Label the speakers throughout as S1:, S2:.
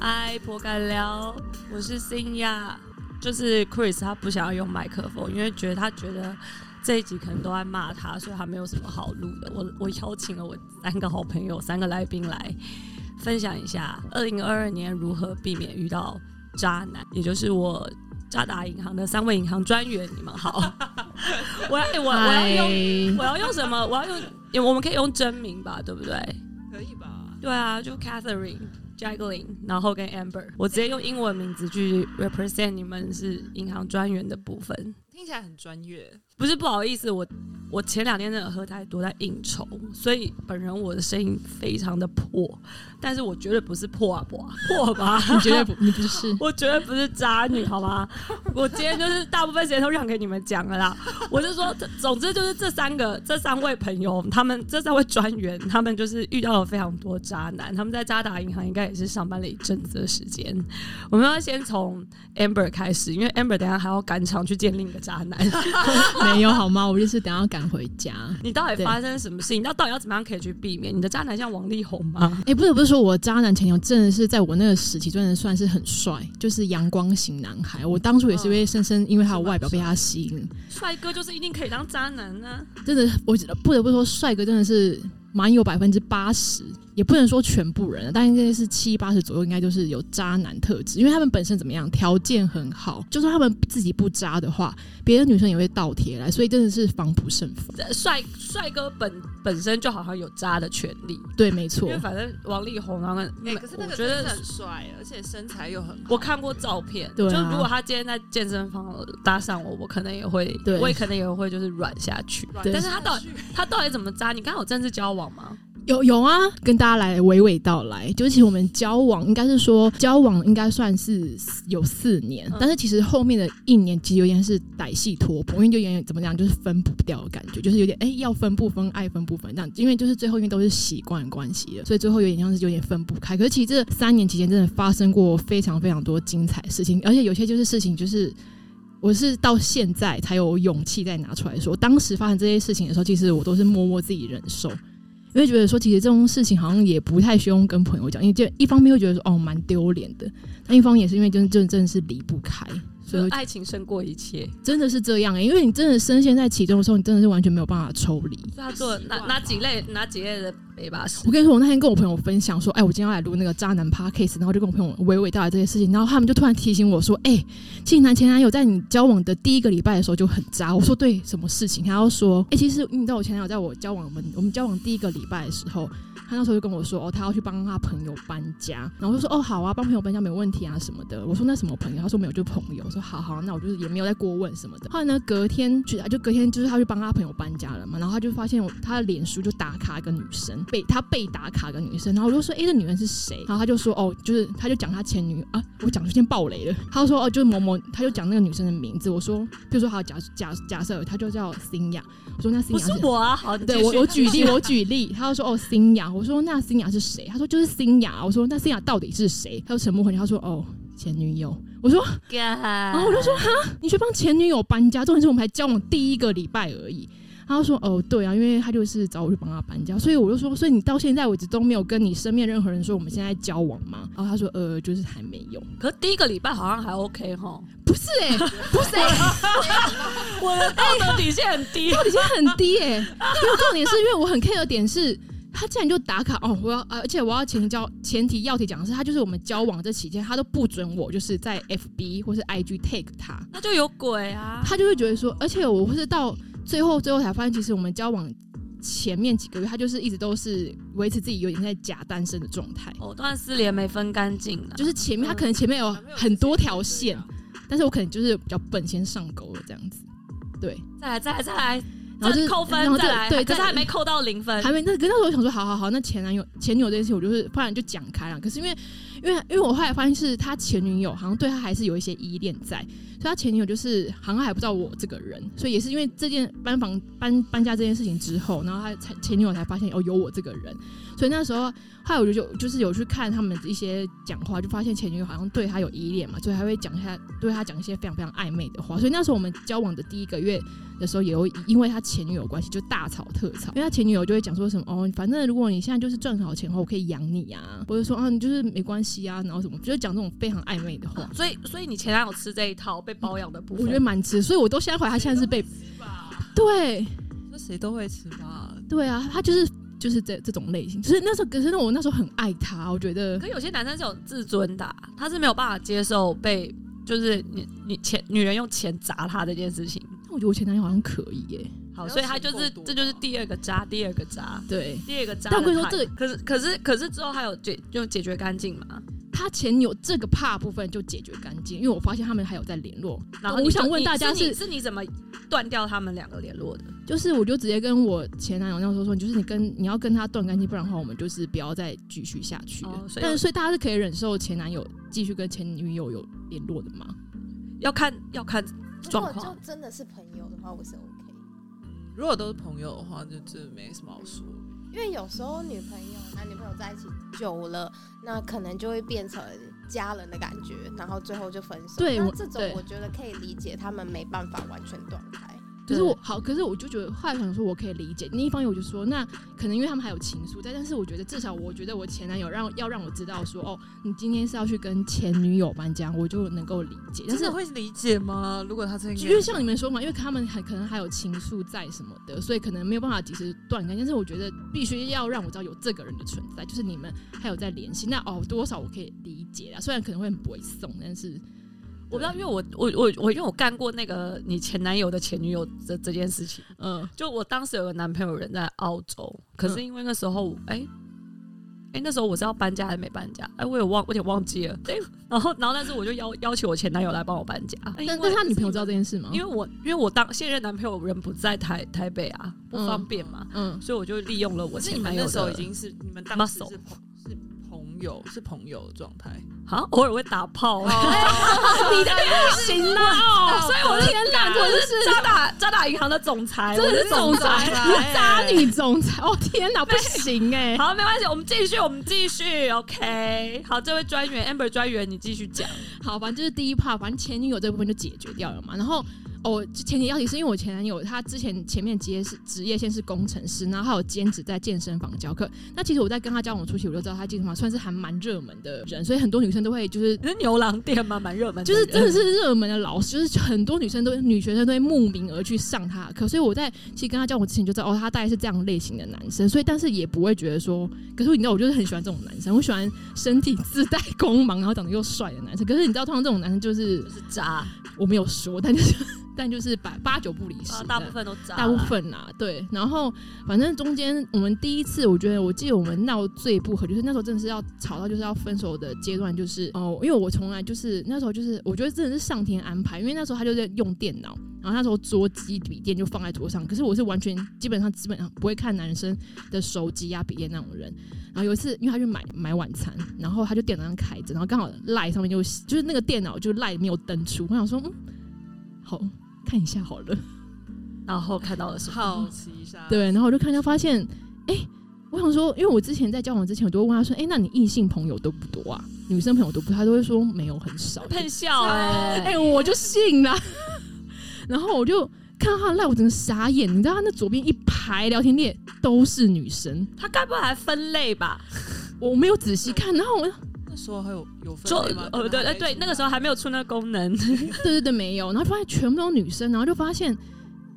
S1: 嗨，颇敢聊，我是新亚，就是 Chris，他不想要用麦克风，因为觉得他觉得这一集可能都在骂他，所以他没有什么好录的。我我邀请了我三个好朋友、三个来宾来分享一下二零二二年如何避免遇到渣男，也就是我。渣打银行的三位银行专员，你们好。 我要、哎我我要用
S2: 嗨
S1: 我要用什么？我要用我们可以用真名吧，对不对？
S3: 可以吧？
S1: 对啊，就 Catherine、Jacqueline，然后跟 Amber，我直接用英文名字去 represent 你们是银行专员的部分。
S3: 听起来很专业，
S1: 不是不好意思，我我前两天真的喝太多，在应酬，所以本人我的声音非常的破，但是我绝对不是破啊破啊破吧？。
S2: 你绝对不，你不是
S1: 我绝对不是渣女，好吗？我今天就是大部分时间都让给你们讲了啦。我是说，这总之就是这三个、这三位朋友，他们这三位专员，他们就是遇到了非常多渣男。他们在渣打银行应该也是上班了一阵子的时间。我们要先从 Amber 开始，因为 Amber 等一下还要赶场去见另一个渣 男。
S2: 没有好吗？我就是等一下赶回家。
S1: 你到底发生什么事情？那到底要怎么样可以去避免？你的渣男像王力宏吗？
S2: 哎、不得不说，我渣男前友真的是在我那个时期，真的算是很帅，就是阳光型男孩。我当初也是因为深
S1: 嗯
S2: 深因为他的外表被他吸引，
S1: 帅哥就是一定可以当渣男啊呢、
S2: 真的，我觉得不得不说，帅哥真的是蛮有百分之八十，也不能说全部人，但应该是七八十左右，应该就是有渣男特质，因为他们本身怎么样，条件很好，就算他们自己不渣的话，别的女生也会倒贴来，所以真的是防不胜防。
S1: 呃帅帅哥本本身就好像有渣的权利。
S2: 对，没错
S1: 因为，反正王力宏，然后
S3: 哎、可是那
S1: 我
S3: 个
S1: 觉
S3: 真的
S1: 得
S3: 很帅，而且身材又很好。
S1: 我看过照片，
S2: 对啊
S1: 就如果他今天在健身房搭上我，我可能也会，
S2: 对
S1: 我也可能也会就是软下去。
S3: 软
S2: 对
S1: 但是他到
S3: 下
S1: 底
S3: 去
S1: 他到底怎么渣？你刚好正式交往吗？
S2: 有有啊，跟大家来娓娓道来，就是其实我们交往应该是说交往应该算是有四年，
S1: 嗯
S2: 但是其实后面的一年其实有点是歹戏拖棚，因为就有点怎么讲，就是分不掉的感觉，就是有点哎、要分不分，爱分不分这样，因为就是最后因为都是习惯关系了，所以最后有点像是有点分不开。可是其实这三年期间真的发生过非常非常多精彩的事情，而且有些就是事情就是。我是到现在才有勇气再拿出来说，当时发生这些事情的时候，其实我都是默默自己忍受，因为觉得说，其实这种事情好像也不太需要跟朋友讲，因为就一方面会觉得说，哦，蛮丢脸的；，但一方面也是因为真真真的是离不开，所
S1: 就
S2: 以我
S1: 是爱情胜过一切。
S2: 真的是这样、欸。因为你真的深陷在其中的时候，你真的是完全没有办法抽离。
S1: 所以他做了哪
S3: 习惯吧
S1: 哪几类哪几类的北巴士
S2: 我？跟你说，我那天跟我朋友分享说，哎，我今天要来录那个渣男 podcast，然后就跟我朋友娓娓道来这些事情，然后他们就突然提醒我说，哎、其实男前男友在你交往的第一个礼拜的时候就很渣。我说对，什么事情？他要说，哎、其实你知道我前男友在我交往我们我们交往第一个礼拜的时候，他那时候就跟我说，哦，他要去帮他朋友搬家，然后我就说，哦，好啊，帮朋友搬家没问题啊什么的。我说那什么朋友？他说没有，就朋友。我说好好，那我就是也没有再过问什么的。后来呢，隔天去，就隔天就是他去帮他朋友搬家了嘛，然后他就发现我他的脸书就打卡一个女生，被他被打卡一个女生，然后我就说，哎、这女人是谁？然后他就说，哦，就是他就讲他前女友啊，我讲就先爆雷了。他就说，哦，就是某某，他就讲那个女生的名字。我说，比如说好，假假假设他就叫辛雅，我说那辛
S1: 不
S2: 雅
S1: 是我啊，好，你
S2: 对
S1: 继
S2: 我
S1: 续
S2: 我举例我举例， 他就说哦新雅，我说那新雅是谁？他说就是新雅，我说那新雅到底是谁？他就沉默很久，他说哦前女友，我说然后我就说哈，你去帮前女友搬家，重点是我们才交往第一个礼拜而已。他就说哦对啊，因为他就是找我去帮他搬家，所以我就说，所以你到现在为止都没有跟你身边任何人说我们现在交往吗？然后他说呃就是还没有，
S1: 可是第一个礼拜好像还 OK 哈，
S2: 不是哎、不是哎、
S1: 我的道德底线很低。
S2: 已经很低耶、因为重点是因为我很 care 的点是，他竟然就打卡哦，我要，呃而且我要前提交前提要提讲的是，他就是我们交往这期间，他都不准我就是在 FB 或是 IG take 他，
S1: 那就有鬼啊！
S2: 他就会觉得说，而且我会是到最后最后才发现，其实我们交往前面几个月，他就是一直都是维持自己有点在假单身的状态。
S1: 藕断丝连没分干净啊，
S2: 就是前面他可能前面
S1: 哦
S2: 有
S3: 男朋友
S2: 很多条
S3: 之前
S2: 线
S3: 就，是
S2: 但是我可能就是比较笨，先上钩了这样子，对，
S1: 再来再来再来，
S2: 然后就是
S1: 这扣
S2: 然
S1: 分
S2: 后就
S1: 再来，
S2: 对，
S1: 可是
S2: 再
S1: 还没扣到零分。
S2: 还没那，可是那时候我想说，好好好，那前男友前女友这件事，我就是不然就讲开了。可是因为因为因为我后来发现是他前女友好像对他还是有一些依恋在，所以他前女友就是好像还不知道我这个人，所以也是因为这件搬房搬搬家这件事情之后，然后他才前女友才发现哦有我这个人，所以那时候后来我就就就是有去看他们的一些讲话，就发现前女友好像对他有依恋嘛，所以还会讲一下对他讲一些非常非常暧昧的话。所以那时候我们交往的第一个月的时候，也有因为他前女友关系，就大吵特吵。因为他前女友就会讲说什么哦，反正如果你现在就是赚好钱的话，我可以养你啊，或者说啊，你就是没关系啊，然后什么，就是讲这种非常暧昧的话。
S1: 所以，所以你前男友吃这一套被包养的部分，
S2: 我觉得蛮值，所以我都现在怀疑他现在是被
S3: 吃吧，
S2: 对
S3: 这谁都会吃吧？
S2: 对啊，他就是就是这这种类型，就是那时候，可是我那时候很爱他，我觉得
S1: 可有些男生是有自尊的啊、他是没有办法接受被就是你你钱女人用钱砸他这件事情。
S2: 我觉得我前男友好像可以耶、
S1: 好，
S3: 你要
S1: 所以他就
S3: 钱够
S1: 是
S3: 多
S1: 这就是
S3: 吧
S1: 第二个渣，第二个渣，
S2: 对
S1: 第二个渣的派。
S2: 但我跟你说这
S1: 可是可是可是之后还有解就解决干净嘛？
S2: 他前女友这个怕部分就解决干净，因为我发现他们还有在联络。
S1: 然后
S2: 我
S1: 你就
S2: 想问
S1: 你
S2: 大家
S1: 是你
S2: 是
S1: 是你怎么断掉他们两个联络的？
S2: 就是我就直接跟我前男友那时候说，你就是你跟你要跟他断干净，不然的话我们就是不要再继续下去了。
S1: 哦所以
S2: 但是所以大家是可以忍受前男友继续跟前女友有联络的吗？
S1: 要看要看
S4: 如
S1: 状
S4: 果
S1: 况
S4: 就真的是朋友的话，我是 OK。
S3: 如果都是朋友的话，就真的没什么好说。
S4: 因为有时候女朋友男女朋友在一起久了，那可能就会变成家人的感觉，然后最后就分手。
S2: 对
S4: 那
S2: 我
S4: 这种
S2: 对
S4: 我觉得可以理解，他们没办法完全断开。
S2: 可是我好，可是我就觉得后来想说，我可以理解。另一方面，我就说，那可能因为他们还有情愫在，但是我觉得至少我觉得我前男友让要让我知道说，哦，你今天是要去跟前女友搬家，我就能够理解。但
S3: 真
S2: 是
S3: 的会理解吗？如果他真的
S2: 就像你们说嘛，因为他们很可能还有情愫在什么的，所以可能没有办法及时断开。但是我觉得必须要让我知道有这个人的存在，就是你们还有在联系。那哦，多少我可以理解啦，虽然可能会很不会送，但是
S1: 我不知道，因为我我我我因为我干过那个你前男友的前女友这这件事情。
S2: 嗯、
S1: 就我当时有个男朋友人在澳洲，可是因为那时候，哎、哎、那时候我是要搬家还是没搬家？哎、我有忘，我有点忘记了。对， 然后然后但是我就邀邀请我前男友来帮我搬家，哎
S2: 但
S1: 因为
S2: 但他女朋友知道这件事吗？
S1: 因
S2: 为
S1: 为我因为我当现任男朋友人不在台台北啊，不方便嘛，
S2: 嗯，
S1: 所以我就利用了我
S3: 我是
S1: 前
S3: 你们
S1: 男友
S3: 那
S1: 的
S3: 时候已经是你们当时
S1: muscle
S3: 是朋是朋友是朋友的状态，哦
S1: 好像偶尔会打炮、啊
S2: 哦 你的不行啦，所以我天哪，
S1: 我
S2: 真的是
S1: 是渣打渣打银行的总裁，我
S2: 真的是总裁，渣
S3: 哎
S2: 女总裁，哦天哪，不行 哎、
S1: 好，没关系，我们继续，我们继续，OK。好，这位专员 Amber 专员，你继续讲。
S2: 好，反正就是第一 part，反正前女友这部分就解决掉了嘛。然后哦，就前提要题是因为我前男友他之前前面职业是职业线是工程师，然后还有兼职在健身房教课。那其实我在跟他交往初期，我就知道他健身房算是还蛮热门的人，所以很多女生都会就是。
S1: 你是牛郎店吗？蛮热门的，
S2: 就是真的是热门的老师，就是很多女生都女学生都会慕名而去上他的课，所以我在其实跟他交往之前就知道哦，他大概是这样类型的男生，所以但是也不会觉得说，可是你知道我就是很喜欢这种男生，我喜欢身体自带光芒，然后长得又帅的男生。可是你知道，通常这种男生就是
S1: 就是渣啊，
S2: 我没有说，但就是 但就是八八九不离十、
S1: 啊大部分都渣啦，
S2: 大部分啦，对。然后反正中间我们第一次，我觉得我记得我们闹最不和，就是那时候真的是要吵到就是要分手的阶段，就是哦，因为我从来就是那时候就是哦我觉得真的是上天安排，因为那时候他就在用电脑，然后那时候桌机笔电就放在桌上，可是我是完全基本上基本上不会看男生的手机啊笔电那种人。然后有一次，因为他去买买晚餐，然后他就电脑上开着，然后刚好赖上面就就是那个电脑就赖没有登出，我想说嗯，好看一下好了。
S1: 然后看到了什么？
S3: 好奇一下，
S2: 对，然后我就看他发现，哎、我想说，因为我之前在交往之前，我都会问他说，哎、那你异性朋友多不多啊？女生朋友多不多？他都会说没有，很少。
S1: 喷笑哎、
S2: 哎、我就信了。 然后我就看到他的赖，我整个傻眼。你知道他那左边一排聊天列都是女生，
S1: 他该不会还分类吧？
S2: 我没有仔细看。然后我，
S3: 那时候还有有分
S1: 就
S3: 类吗
S1: 呃对对对，那个时候还没有出那功 能，
S2: 对对对，没有。然后发现全部都是女生，然后就发现。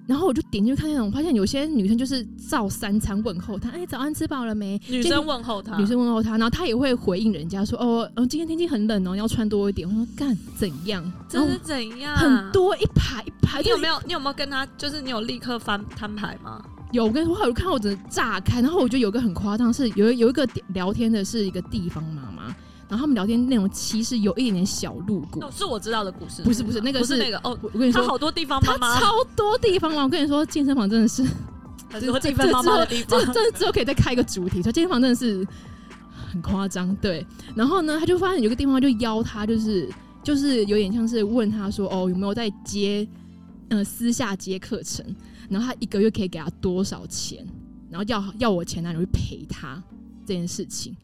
S2: 然后我就点进去看那种，发现有些女生就是照三餐问候他，哎、早安吃饱了没？
S1: 女
S2: 今天
S1: 生问候他，
S2: 女生问候他，然后他也会回应人家说：“哦，嗯，今天天气很冷哦，你要穿多一点。”我说：“干怎样？”然
S1: 这
S2: 后
S1: 是怎样？
S2: 哦很。多一排一排，
S1: 你有没
S2: 有？
S1: 有你有没有跟他就是你有立刻翻摊牌吗？
S2: 有，我跟我有看到我整个炸开。然后我觉得有一个很夸张，是有有一个聊天的是一个地方妈妈，然后他们聊天内容其实有一点点小露骨
S1: 哦，。是我知道的故事，
S2: 不是不是那个
S1: 不是
S2: 是
S1: 那个哦，
S2: 我我跟你
S1: 他
S2: 说，
S1: 好多地方妈
S2: 他
S1: 妈，
S2: 超多地方嘛，我跟你说，健身房真的是，
S1: 很多地方妈妈的地方
S2: 这，这之后可以再开一个主题，说健身房真的是很夸张。对，然后呢，他就发现有个地方就邀他，就是就是有点像是问他说，哦，有没有在接呃私下接课程，然后他一个月可以给他多少钱，然后要要我前男友去陪他这件事情，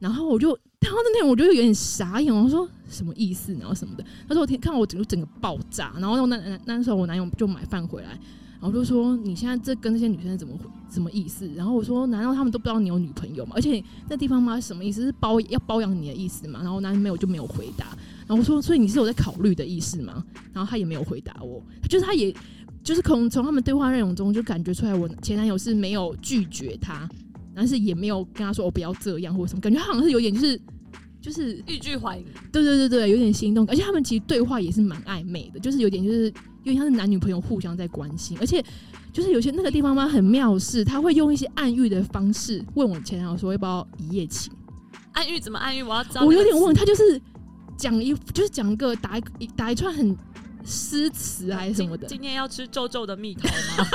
S2: 然后我就。看到那内容，我就有点傻眼。我说什么意思？然后什么的。他说我天，看我整个整个爆炸。然后那我那那那时候我男友就买饭回来，然后我就说你现在这跟那些女生怎么回什么意思？然后我说难道他们都不知道你有女朋友吗？而且那地方吗什么意思？是包要包养你的意思吗？然后男没有就没有回答。然后我说所以你是有在考虑的意思吗？然后他也没有回答我，就是他也就是从从他们对话内容中就感觉出来，我前男友是没有拒绝他，但是也没有跟他说我、哦不要这样或者什么，感觉他好像是有点就是就是
S1: 欲拒还迎，
S2: 对对对对，有点心动，而且他们其实对话也是蛮暧昧的，就是有点就是有点像是男女朋友互相在关心，而且就是有些那个地方嘛很妙是，他会用一些暗喻的方式问我前男友说要不要一夜情，
S1: 暗喻怎么暗喻？我要知道。
S2: 我有点忘，，他就是讲一就是讲一个打一一打一串很诗词还是什么的，
S1: 今天要吃皱皱的蜜桃吗？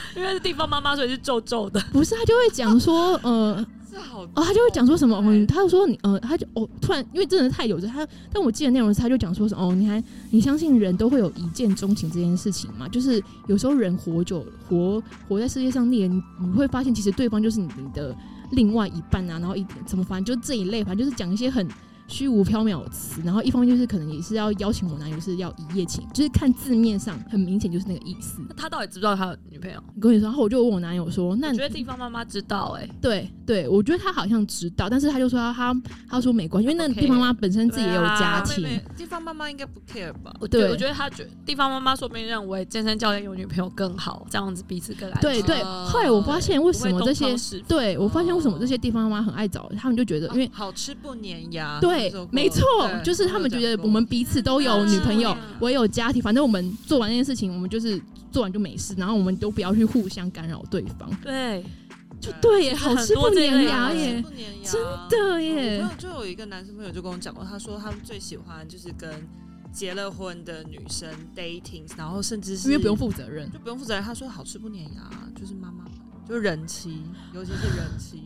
S1: 因为是地方妈妈，所以是皱皱的。
S2: 不是他就会讲说呃
S3: 这好哦
S2: 哦，他就会讲说什么，嗯，他就说你，呃，他就哦，突然因为真的太有着他，但我记得内容是他就讲说什么，哦，你还你相信人都会有一见钟情这件事情吗？就是有时候人活久活活在世界上你你会发现其实对方就是你你的另外一半啊，然后一怎么反正就这一类，反正就是讲一些很。虚无缥缈的词，然后一方面就是可能也是要邀请我男友是要一夜情，就是看字面上很明显就是那个意思。
S1: 他到底知不知道他有女朋友？
S2: 我跟你说，然后我就问我男友说：“那
S1: 我
S2: 你
S1: 觉得地方妈妈知道、欸，哎，
S2: 对对，我觉得他好像知道，但是他就说他他他说没关系，因为那个
S1: OK
S2: 地方妈本身自己也有家
S1: 对
S2: 庭，
S3: 妹妹地方妈妈应该不 care 吧？
S1: 我觉得
S2: 对
S1: 我觉得他觉地方妈妈说不定认为健身教练有女朋友更好，这样子彼此更安
S2: 对
S1: 全。
S2: 对。
S3: 哦
S2: 后来我发现为
S1: 啊不
S2: 什
S1: 会
S2: 么
S1: 东
S2: 这些
S1: 窗，事发
S2: 对我发现为什么这些地方妈妈很爱找，他们就觉得因为
S3: 啊。好吃不粘
S1: 啊
S3: 牙，
S2: 对
S3: 这首歌，
S2: 没错，
S3: 对
S2: 就是他们觉得我们彼此都有女朋友
S1: 啊，
S2: 我也有家庭，反正我们做完那件事情，我们就是做完就没事，然后我们都不要去互相干扰对方。
S1: 对，
S2: 就对耶，
S1: 其实
S2: 好
S1: 很
S2: 吃
S1: 多
S2: 不
S1: 这
S2: 粘
S1: 类
S3: 啊
S2: 牙
S1: 的
S2: 耶，
S3: 真
S2: 对
S3: 哦我
S2: 耶
S3: 朋，友就有一个男生朋友就跟我讲过，他说他们最喜欢就是跟结了婚的女生 dating，然后甚至是
S2: 因为不用负责任。
S3: 就不用负责任。他说好吃不粘牙，就是妈妈就人妻，尤其是人 妻。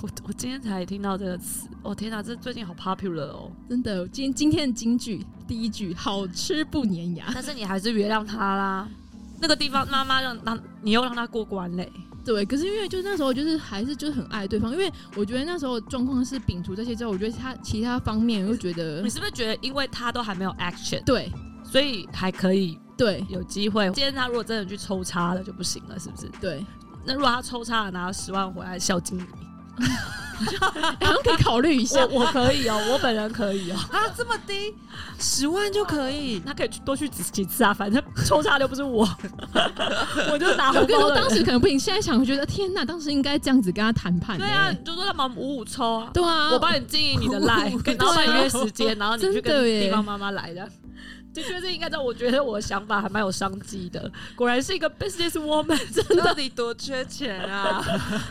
S1: 我我今天才听到这个词，哦天哪，这最近好 popular 哦。
S2: 真的，今今天的金句第一句，好吃不粘牙。
S1: 但是你还是原谅他啦。那个地方妈妈让他，你又让他过关嘞。
S2: 对，可是因为就那时候就是还是就是很爱对方，因为我觉得那时候状况是摒除这些之后，我觉得他其他方面又觉 得
S1: 你是不是觉得，因为他都还没有 action，
S2: 对
S1: 所以还可以
S2: 对
S1: 有机会？今天他如果真的去抽插了就不行了，是不是？
S2: 对，
S1: 那如果他抽插了拿了十万回来孝敬你，
S2: 哎好像可以考虑一下
S1: 我。我可以哦， 我本人可以哦，
S3: 啊，这么低，十万就可以。
S1: 他可以去多去几几次啊，反正抽插又不是我， 我就拿
S2: 我
S1: 红
S2: 跟你
S1: 包
S2: 说，
S1: 的
S2: 当
S1: 人。
S2: 时可能不行，现在想，我觉得天哪，当时应该这样子跟他谈判、欸
S1: 对啊，你就说让我们五五抽啊，
S2: 对啊，
S1: 我帮你经营你的赖，跟然后帮你约时间，然后你去
S2: 真的
S1: 跟
S2: 耶
S1: 地方妈妈来的。就觉得这应该在，我觉得我的想法还蛮有商机的，果然是一个 business woman，真的。
S3: 到底多缺钱 啊？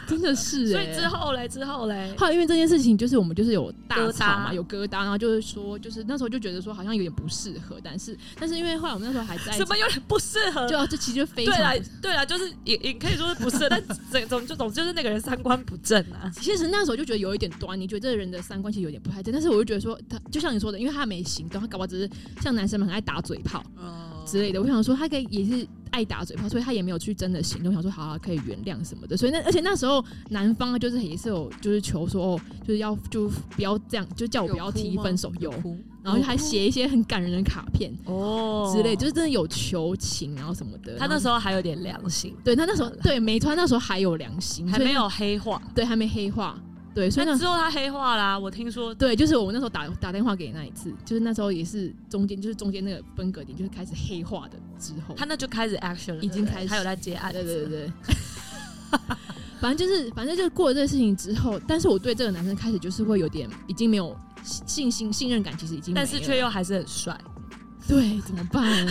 S2: 真的是
S1: 所
S2: 哎、
S1: 以之后嘞，之后嘞，
S2: 后来因为这件事情，就是我们就是有大
S1: 疙
S2: 吵
S1: 瘩
S2: 嘛，有疙瘩，然后就是说，就是那时候就觉得说好像有点不适合，但是但是因为后来我们那时候还在一起
S1: 什，么有点不适合。
S2: 就啊这其实就非
S1: 对
S2: 常
S1: 啦
S2: 不适合，
S1: 对啦，就是也也可以说是不适合，但总总就总之就是那个人三观不正啊。
S2: 其实那时候就觉得有一点端倪，觉得这个人的三观其实有点不太正，但是我就觉得说他就像你说的，因为他没行动，他搞不好只是像男生们很爱打嘴炮
S3: 嗯
S2: 之类的。我想说他可以也是爱打嘴炮，所以他也没有去真的行动，想说好、啊、可以原谅什么的。所以那而且那时候男方啊就是也是有就是求说哦，就是要就不要这样，就叫我不要提分手，有，
S3: 哭
S2: 然后还写一些很感人的卡片
S1: 哦
S2: 之类，就是真的有求情然后什么的。
S1: 他那时
S2: 候
S1: 候还有点良心，
S2: 对他那时候对没错，他那时候还有良心，
S1: 还
S2: 嗯所以
S1: 没有黑化。
S2: 对还没黑化。对，所以那
S1: 那之后他黑化啦，我听说
S2: 对，就是我那时候打打电话给那一次，就是那时候也是中间，就是中间那个分隔点，就是开始黑化的之后，
S1: 他那就开始 action 了，
S2: 已经
S1: 对不对
S2: 开始
S1: 他有在接案子
S2: 对
S1: 了。
S2: 对对对，反正就是反正就是过了这个事情之后，但是我对这个男生开始就是会有点已经没有信心、信任感，其实已经没
S1: 但
S2: 有
S1: 是却又还是很帅。
S2: 对怎么 办？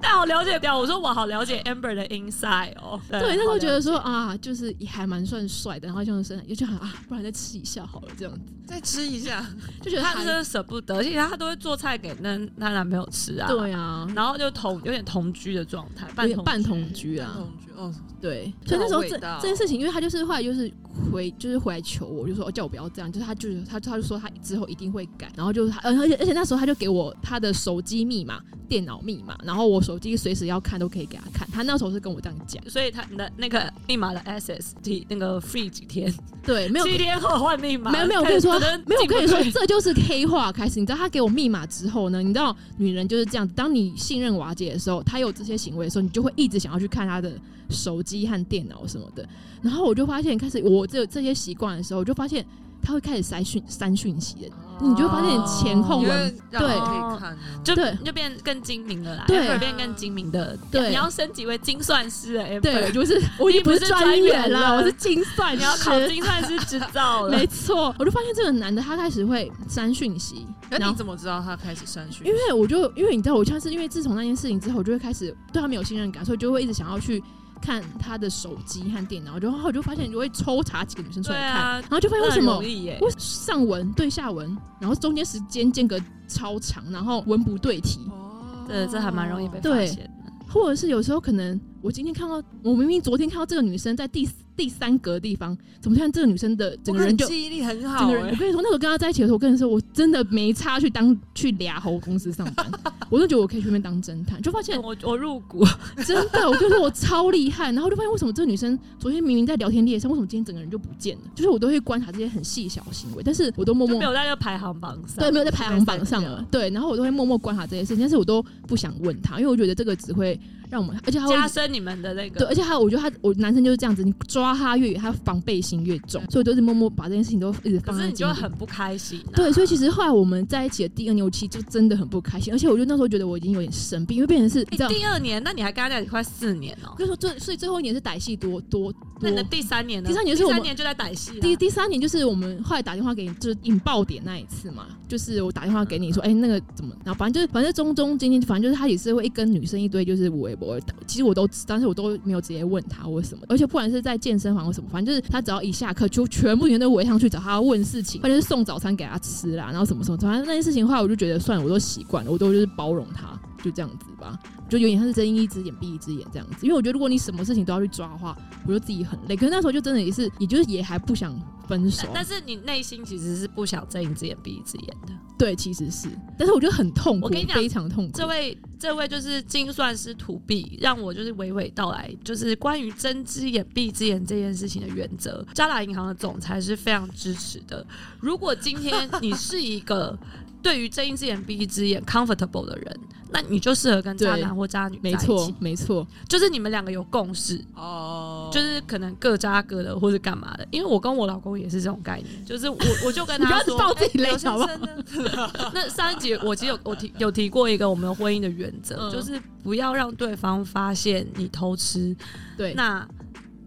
S1: 但好了解掉，我说我好了解 Amber 的 inside 哦。
S2: 对，那时候觉得
S1: 好了
S2: 说啊，就是也还蛮算帅的，然后就身也就想啊，不然再吃一下好了，这样子
S3: 再吃一下，
S2: 就觉
S1: 解
S2: 得
S1: 他
S2: 还
S1: 真的舍不得，而且他都会做菜给那那男朋友吃啊。，
S2: 对啊，
S1: 然后就同有点同居的状态，
S2: 有
S1: 半
S2: 点
S1: 同嗯
S2: 半同居啊，
S3: 同居哦，
S2: 对，
S3: 这
S2: 所以那时候
S3: 好味
S2: 这
S3: 道
S2: 这件事情，因为他就是后来就是回就是回来求我，就说、哦、叫我不要这样，就是他就是他他就说他之后一定会改，然后就是他，呃而且而且那时候他就给我他的手机密码、电脑密码，然后我手机随时要看都可以给他看，他那时候是跟我这样讲，
S1: 所以他的那个密码的 access 几那个 free 几天，
S2: 对，没有
S1: 七天后换密码，
S2: 没有没有，我跟你说
S1: 噔噔，
S2: 没有，我跟你说
S1: 进，不
S2: 这就是黑化开始。你知道他给我密码之后呢，你知道女人就是这样子，当你信任瓦解的时候，她有这些行为的时候，你就会一直想要去看她的手机和电脑什么的。然后我就发现，开始我这这些习惯的时候，我就发现她会开始筛讯删讯息了，你就会发现前后
S3: 因
S2: 文
S3: 为让
S2: 对
S3: 我可以看啊，
S1: 对
S2: 对
S1: 就就变更精明了啦，
S2: 对
S1: Amber 变更精明的，
S2: 对
S1: 你要升级为精算师了，Amber，
S2: 对，我就是我已经
S1: 不
S2: 不
S1: 是
S2: 是专员
S1: 专员
S2: 了，
S1: 了
S2: 我是精算师，
S1: 你要考精算师执照了
S2: 没。错，我就发现这个男的他开始会删讯息，
S3: 那
S2: 然后
S3: 你怎么知道他开始删讯
S2: 因？为我就因为你知道，我像是因为自从那件事情之后，我就会开始对他没有信任感，所以就会一直想要去看他的手机和电脑，然后我就发现我会抽查几个女生出来看，
S1: 对啊
S2: 然后就发现为
S1: 那
S2: 什
S1: 很
S2: 么
S1: 容易耶？
S2: 为上文对下文，然后中间时间间隔超长，然后文不对题，
S3: 哦
S1: 对，这还蛮容易被发
S2: 对
S1: 现的。
S2: 或者是有时候可能我今天看到，我明明昨天看到这个女生在第第三格的地方，怎么突然这个女生的整个人
S3: 我
S2: 就
S3: 看记忆力很
S2: 整
S3: 好
S2: 个人，
S1: 欸
S3: 哎
S2: 我，跟你说，那时候跟他在一起的时候，我跟你说，我真的没差去当去俩猴公司上 班，我就觉得我可以去那边当侦探，就发现
S1: 我我入股，
S2: 真的，我就说我超厉害，然后就发现为什么这个女生昨天明明在聊天列上，为什么今天整个人就不见了？就是我都会观察这些很细小的行为，但是我都默
S1: 就
S2: 默
S1: 没有在这个排行榜上。
S2: 对没有在排行榜上
S1: 被删
S2: 了，对，然后我都会默默观察这些事情，但是我都不想问他，因为我觉得这个只会让我们，而且他
S1: 掉
S2: 会
S1: 加深你们的那
S2: 对，
S1: 个。
S2: 而且还有，我觉得他，我男生就是这样子，你抓他越远，他防备心越重，所以我都是默默把这件事情都一直
S1: 可
S2: 放在
S1: 是
S2: 心
S1: 你
S2: 里。
S1: 就会很不开心、啊。
S2: 对，所以其实后来我们在一起的第二年，我其实就真的很不开心，而且我就那时候觉得我已经有点生病，因为变成是你
S1: 你
S2: 知道，
S1: 哎第二年，那你还跟他在一起快四年哦、
S2: 那时候最所以最后一年是歹戏多多
S1: 那
S2: 多
S1: 你的第三年呢？
S2: 第三年是我
S1: 第
S2: 们
S1: 三年就在歹戏啦。
S2: 第第三年就是我们后来打电话给你，就是引爆点那一次嘛，就是我打电话给你说，哎、那个怎么，然后反正就是反正中中间间，反正就是他也是会一跟女生一堆就是无微不微，其实我都知，但是我都没有直接问他或什么，而且不管是在健身房或什么，反正就是他只要一下课，就全部人都围上去找他问事情，或者是送早餐给他吃啦，然后什么什么，反正那些事情的话，我就觉得算了，我都习惯了，我都就是包容他，就这样子吧。就有点像是睁一只眼闭一只眼这样子，因为我觉得如果你什么事情都要去抓的话，我就自己很累。可是那时候就真的也是，也就是也还不想分手
S1: 但，但是你内心其实是不想睁一只眼闭一只眼的。
S2: 对，其实是，但是我觉得很痛苦，
S1: 我跟你讲
S2: 非常痛苦。
S1: 这位这位就是精算师土币，让我就是娓娓道来，就是关于睁只眼闭只眼这件事情的原则。渣打银行的总裁是非常支持的。如果今天你是一 个对于睁一只眼闭一只眼 comfortable 的人，那你就适合跟渣男
S2: 对
S1: 或渣女在
S2: 没
S1: 一
S2: 错
S1: 起，，
S2: 没错，
S1: 就是你们两个有共识。
S3: 哦，
S1: 就是可能各渣各的，或者干嘛的，因为我跟我老公也是这种概念， 就是我我就跟
S2: 你不
S1: 他
S2: 要
S1: 说，
S2: 抱自己
S3: 哎
S2: 累
S3: 刘，
S2: 好
S3: 先
S2: 不好？
S3: 生呢？
S1: 那上一集我其实有我提有提过一个我们婚姻的原则，
S2: 嗯
S1: 就是不要让对方发现你偷吃，
S2: 对，
S1: 那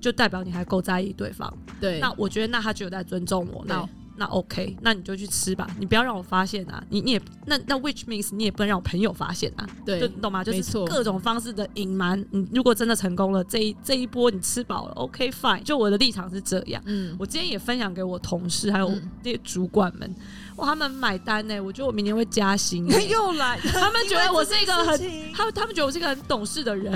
S1: 就代表你还够在意对方。
S2: 对，
S1: 那我觉得那他就有在尊重我，那
S2: 对
S1: 那 OK，那你就去吃吧，你不要让我发现啊，你你也那那 which means 你也不能让我朋友发现啊，就
S2: 对
S1: 你懂吗？就
S2: 没
S1: 是
S2: 错
S1: 各种方式的隐瞒。你如果真的成功了，这一这一波你吃饱了，OK fine。就我的立场是这样。
S2: 嗯，
S1: 我今天也分享给我同事还有
S2: 嗯
S1: 那些主管们，哇，他们买单呢、我觉得我明年会加薪、欸
S3: 你 又来，
S1: 他们觉得我是一个
S3: 因为这
S1: 很
S3: 件事情
S1: 他他们觉得我是一个很懂事的人，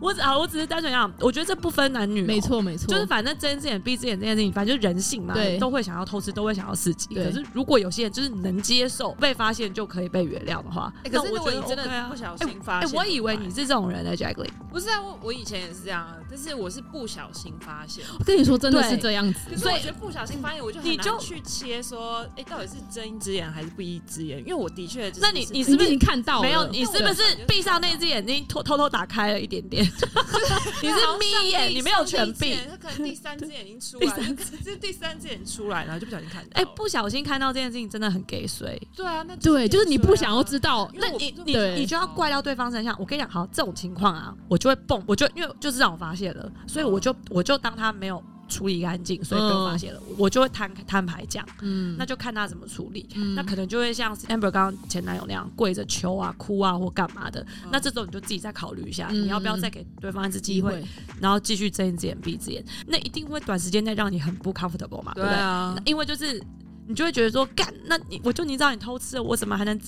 S1: 我只啊，我只是单纯想，我觉得这不分男女、哦
S2: 没，错，没错，
S1: 就是反正睁一只眼闭一只眼这件事情，反正就人性嘛，
S2: 对
S1: 都会想要偷吃，都会想要刺激。
S2: 对
S1: 可是如果有些人就是能接受被发现就可以被原谅的话，
S3: 哎
S1: 那
S3: 可是
S1: 我觉
S3: 如果
S1: 得
S3: 你真
S1: OK
S3: 的
S1: 啊
S3: 不。小心发
S1: 哎、
S3: 现，
S1: 我以为你是这种人呢、j a c k l i e
S3: 不是啊，我我以前也是这样，啊，但是我是不小心发现，
S2: 我跟你说，真的
S1: 对
S2: 是这样子。
S3: 可是我觉得不小心发现，我就
S1: 你
S3: 很
S1: 就
S3: 难去切说，哎、到底是睁一只眼还是不一只眼？因为我的确就是，
S1: 那你你
S2: 你
S1: 是不
S2: 已
S1: 是
S2: 经看到了？
S1: 没有，你是不
S3: 对
S1: 是闭上那只眼睛，偷偷偷打开了一点 点？ 你是
S3: 啊好像
S1: 眯眼，
S3: 第
S1: 你没有全
S3: 上第一
S1: 闭
S3: 只。眼他可能第三只眼已经 出来，了，这第三只眼出来，然后就不小心看到。
S1: 哎、，不小心看到这件事情，真的很给水。
S3: 对啊，那
S2: 对，就是你不想要
S3: 知
S2: 知道，
S3: 因
S1: 那
S3: 为我
S1: 你
S3: 不
S1: 你
S2: 对
S1: 你就要怪到对方身上。我跟你讲，好，这种情况啊，我就会蹦，我就因为就是让我发现了，所以我就我就当他没有处理干净，所以被我发现了，我就会摊摊牌讲，
S2: 嗯
S1: 那就看他怎么处理。
S2: 嗯
S1: 那可能就会像 Amber 刚刚前男友那样跪着求啊、哭啊或干嘛的。那这种你就自己再考虑一下，
S2: 嗯
S1: 你要不要再给对方一次机会，，然后继续睁一只眼闭一只眼？那一定会短时间内让你很不 comfortable 嘛，对不
S3: 对
S1: 对？
S3: 啊，
S1: 因为就是你就会觉得说，干，那你我就你知道你偷吃了，我怎么还能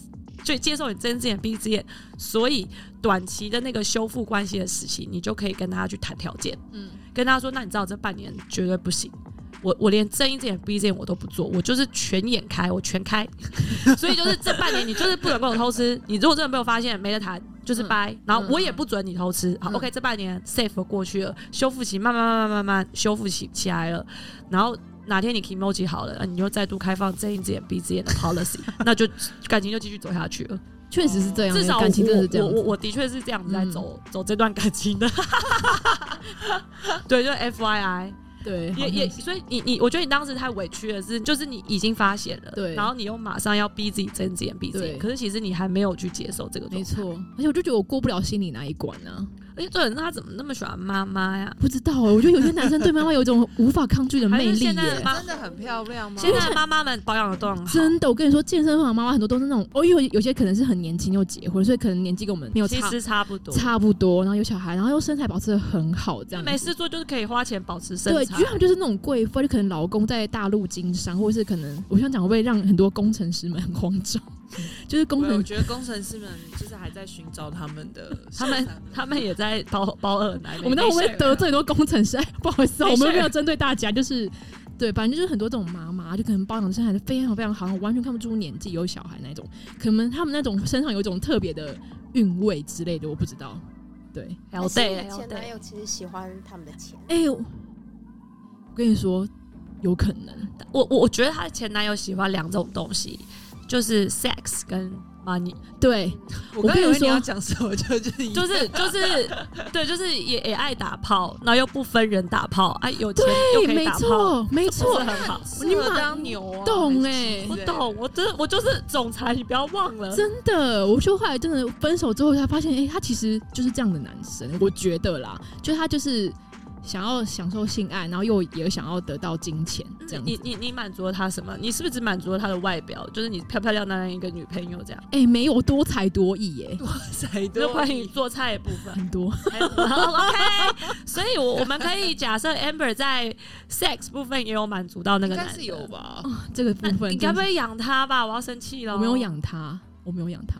S1: 就接受你睁一只眼闭一只眼？所以短期的那个修复关系的时期，你就可以跟他去谈条件，
S2: 嗯，
S1: 跟他说，那你知道这半年绝对不行，我我连睁一只眼闭一只眼我都不做，我就是全眼开，我全开。 所以就是这半年你就是不准跟我偷吃，你如果真的被我发现没得谈，就是掰。然后我也不准你偷吃。好、
S2: 嗯
S1: o k 这半年 safe 过去了，修复期慢慢慢慢慢慢修复起起来了，然后。哪天你 k i m o j i 好了，你又再度开放睁一只眼闭一只眼的 policy，那就感情就继续走下去了。
S2: 确实是这样，欸
S1: 至少
S2: 啊感情真的是
S1: 我
S2: 这样
S1: 我
S2: 子嗯
S1: 我我的确是这样子在走、走这段感情的。 对，就 F Y I，
S2: 对，好
S1: 也
S2: 像
S1: 也，
S2: 是
S1: 所以你你，我觉得你当时太委屈了，是就是你已经发现了，
S2: 对
S1: 然后你又马上要逼自己睁只眼闭只眼，
S2: 对
S1: 可是其实你还没有去接受这个状
S2: 没
S1: 态。
S2: 错。而且我就觉得我过不了心里那一关啊，
S1: 而且这人他怎哎么那么喜欢妈妈呀？
S2: 不知道哦，我觉得有些男生对妈妈有一种无法抗拒 的魅
S1: 还是
S2: 力
S1: 现在
S2: 耶
S1: 的。妈
S3: 真的很漂亮吗？
S1: 现在的妈妈们保养的都很好，
S2: 真的，我跟你说，健身房的妈妈很多都是那种，哦，因为有有些可能是很年轻又结婚，所以可能年纪跟我们没有
S1: 其
S2: 差
S1: 实差不多，
S2: 差不多，然后有小孩，然后又身材保持的很好，这样子
S1: 没事做就是可以花钱保持身
S2: 对，
S1: 材
S2: 就。他们就是那种贵妇，就可能老公在大陆经商，或者是可能我想讲会不会让很多工程师们很慌张，就是工
S3: 我
S2: 程
S3: 觉得工程师们就是还在寻找他们的
S1: 他们他们也在包包二奶，
S2: 我们待会会得罪很多工程师，哎不好意思 啊，
S1: 没
S2: 我
S1: 事
S2: 们没有针对大家，就是对，反正就是很多这种妈妈，就可能保养身材非常非常好，完全看不出年纪有小孩那种，可能他们那种身上有一种特别的韵味之类的，我不知道。对，
S1: 聊
S4: 还是
S1: 对
S4: 你
S1: 聊
S4: 前男
S1: 对，
S4: 友其实喜欢他们的钱，
S2: 哎、我我跟你说，有可能，
S1: 我我我觉得她前男友喜欢两种东西，就是 sex 跟 money，
S2: 对，
S3: 我
S2: 我
S3: 刚
S2: 跟你
S3: 以为你
S2: 说
S3: 要讲什么，就是
S1: 就
S3: 就是
S1: 就是对，就是也也爱打炮，然后又不分人打炮，哎、有钱又
S2: 对，
S1: 可以
S2: 没
S1: 打炮，
S2: 错，没
S1: 是不
S2: 错
S1: 是，很好？
S2: 你
S3: 适合
S2: 买
S3: 当牛啊，
S2: 懂
S3: 还是
S2: 欸
S3: 狮子
S1: 我懂，我真的我就是总裁，你不要忘了。
S2: 真的，我就后来真的分手之后才发现，哎、他其实就是这样的男生，我觉得啦，就他就是想要享受性爱，然后又也想要得到金钱，这样
S1: 嗯你
S2: 子。
S1: 你你满足了他什么？你是不是只满足了他的外表？就是你漂漂亮亮的一个女朋友这样，
S2: 哎、没有多才多 艺耶、
S3: 哇
S2: 欸
S3: 塞，
S1: 就关于
S3: 对
S1: 做菜的部分。
S2: 很多。
S1: 还有 OK，所 以我我们可以假设 Amber 在 sex 部分也有满足到那个
S3: 应
S1: 男
S3: 该
S1: 的
S3: 是有吧？
S2: 这个部
S1: 哦那
S2: 分
S1: 你该
S2: 真
S1: 不
S2: 的是，
S1: 会哦养他吧？我要生气了。
S2: 我没有，养他，我没有养他，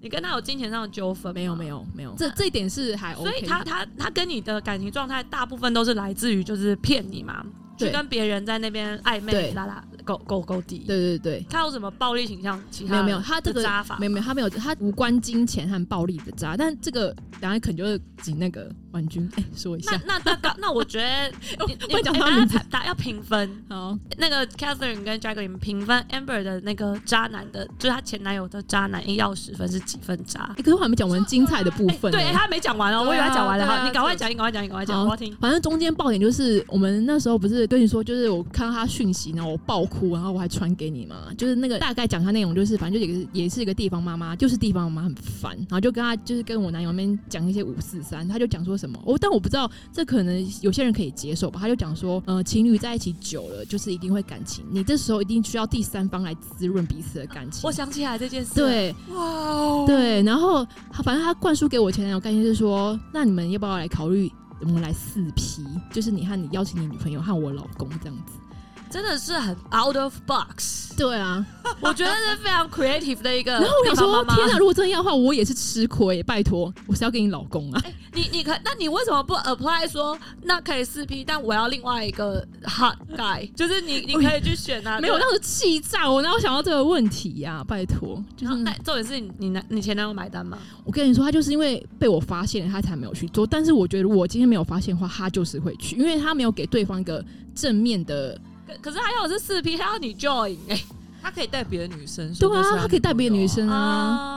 S1: 你跟他有金钱上的纠纷？
S2: 没有没
S1: 有。
S2: 有没有，这这一点是还 OK
S1: 所
S2: 的。
S1: 以他他他跟你的感情状态大部分都是来自于就是骗你嘛，
S2: 对
S1: 去跟别人在那边暧昧
S2: 对
S1: 拉拉勾勾勾底。
S2: 对对对，
S1: 他有什么暴力倾向？其他
S2: 没有没有，
S1: 的
S2: 他这个
S1: 扎法
S2: 没有没有，他没有，他无关金钱和暴力的渣，但这个等下可能就是请那个婉君哎、说一
S1: 那
S2: 下，
S1: 那那那那我觉 得你你
S2: 会讲他
S1: 哎
S2: 名字
S1: 大家打要评分，
S2: 好，
S1: 那个 Catherine 跟 Jacqueline 评分 Amber 的那个渣男的，就是她前男友的渣男，硬要十分是几分渣
S2: 哎、？可是我还没讲完精彩的部分、
S1: 对，
S2: 哎
S1: 他没讲完哦，我以为他讲完了，
S3: 对啊
S1: 好，
S3: 对啊
S1: 你赶快讲，你赶快讲，你赶快讲，
S2: 好
S1: 我要听。
S2: 反正中间爆点就是我们那时候不是跟你说，就是我看到他讯息，然后我爆哭，然后我还传给你嘛，就是那个大概讲他内容，就是反正就也是也是一个地方妈妈，就是地方妈妈很烦，然后就跟他就是跟我男友那边讲一些五四三，他就讲说什么，哦，但我不知道这可能有些人可以接受吧，他就讲说，呃，情侣在一起久了就是一定会感情，你这时候一定需要第三方来滋润彼此的感情。
S1: 我想起来这件事，，
S2: 对，
S3: 哇哦，
S2: 对，然后他反正他灌输给我前男友概念是说，那你们要不要来考虑我们来四 P，就是你和你邀请你女朋友和我老公这样子。
S1: 真的是很 out of box，
S2: 对啊，
S1: 我觉得是非常 creative 的一个。
S2: 然后我想说，
S1: 妈妈
S2: 天啊哪，如果真的要的话，我也是吃亏，拜托，我是要跟你老公啊。
S1: 你你可，那你为什么不 apply 说那可以四 P，但我要另外一个 hot guy，就是你你可以去选啊。
S2: 哎没有，我
S1: 对
S2: 当时气炸，我哪有想到这个问题呀、拜托，就
S1: 然
S2: 是
S1: 后
S2: 哎
S1: 但重点是你你男你前男友买单吗？
S2: 我跟你说，他就是因为被我发现了，他才没有去做。但是我觉得，我今天没有发现的话，他就是会去，因为他没有给对方一个正面的
S1: 可可是还有是四 P，还要你 join 哎、
S3: 他可以带别的女生，
S2: 对啊，他可以带别的女生
S1: 啊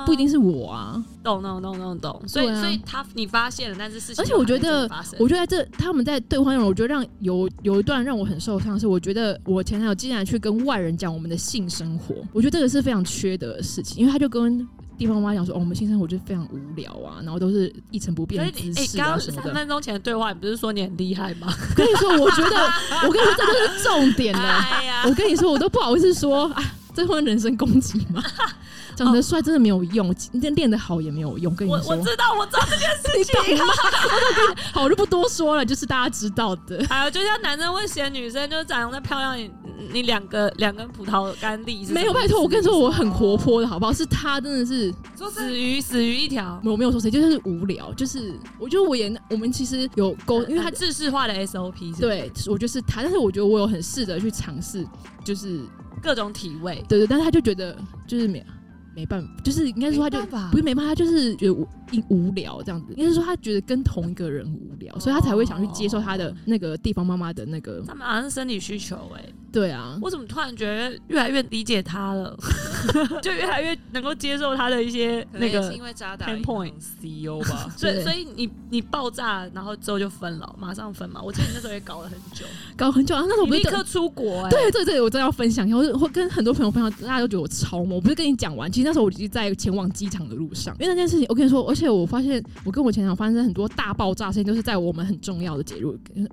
S2: 啊，不一定是我啊。
S1: 懂懂懂懂懂。所以、
S2: 对啊
S1: 所以他你发现了，但是事情
S2: 而且我觉
S1: 还
S2: 得
S1: 没发生
S2: 我觉得这他们在对话内容，我觉得让有有一段让我很受伤，是我觉得我前男友竟然去跟外人讲我们的性生活，我觉得这个是非常缺德的事情，因为他就跟地方妈讲说，哦，我们性生活就是非常无聊啊，然后都是一成不变
S1: 可
S2: 的
S1: 是你
S2: 姿
S1: 哎，
S2: 势
S1: 刚
S2: 啊
S1: 刚
S2: 什么
S1: 三
S2: 的。
S1: 分钟前的对话，你不是说你很厉害吗？
S2: 我 跟你说，我觉得，我跟你说，这就是重点了。
S1: 哎呀，
S2: 我跟你说，我都不好意思说，哎，这会人身攻击 吗？长得帅真的没有用，练练得好也没有用。跟你
S1: 我
S2: 说
S1: 我，知道我知道这件事情。
S2: 好，我就不多说了，就是大家知道的。
S1: 哎呀，就像男生会嫌女生就是长得漂亮，你两个两根葡萄干粒是
S2: 没有，拜托，我跟你说，我很活泼的好不好？是他真的是，
S3: 说真的
S1: 死鱼死鱼一条，
S2: 我没有说谁，就是无聊，就是我觉得我也，我们其实有沟，哦因为他
S1: 呃制式化的 SOP，是不是
S2: 对我就是他，但是我觉得我有很试着去尝试，就是
S1: 各种体位，
S2: 对对，但是他就觉得就是没没办法，就是应该说他就
S1: 没办法
S2: 不是没办法，他就是觉得无一无聊这样子，应该是说他觉得跟同一个人无聊，所以他才会想去接受他的那个地方妈妈的那个
S1: 他们好像是生理需求哎、
S2: 对啊，
S1: 我怎么突然觉得越来越理解他 了，就越来越能够接受他的一些
S3: 可能
S1: 那
S3: 也是
S1: 个
S3: 因。为渣打
S1: endpoint，
S3: CEO E 吧
S1: 所以，
S2: 对
S1: 所以你你爆炸，然后之后就分了，马上分嘛。我记得你那时候也搞了很久，
S2: 搞很久啊，那时候我
S1: 你
S2: 不
S1: 立
S2: 是跟
S1: 刻出国哎、
S2: 对对对，我真的要分享一下，我我跟很多朋友分享，大家都觉得我超萌。我不是跟你讲完，其实那时候我已经在前往机场的路上，因为那件事情，我跟你说，而且我发现我跟我前男友发生很多大爆炸事情，都是在我们很重要的节日，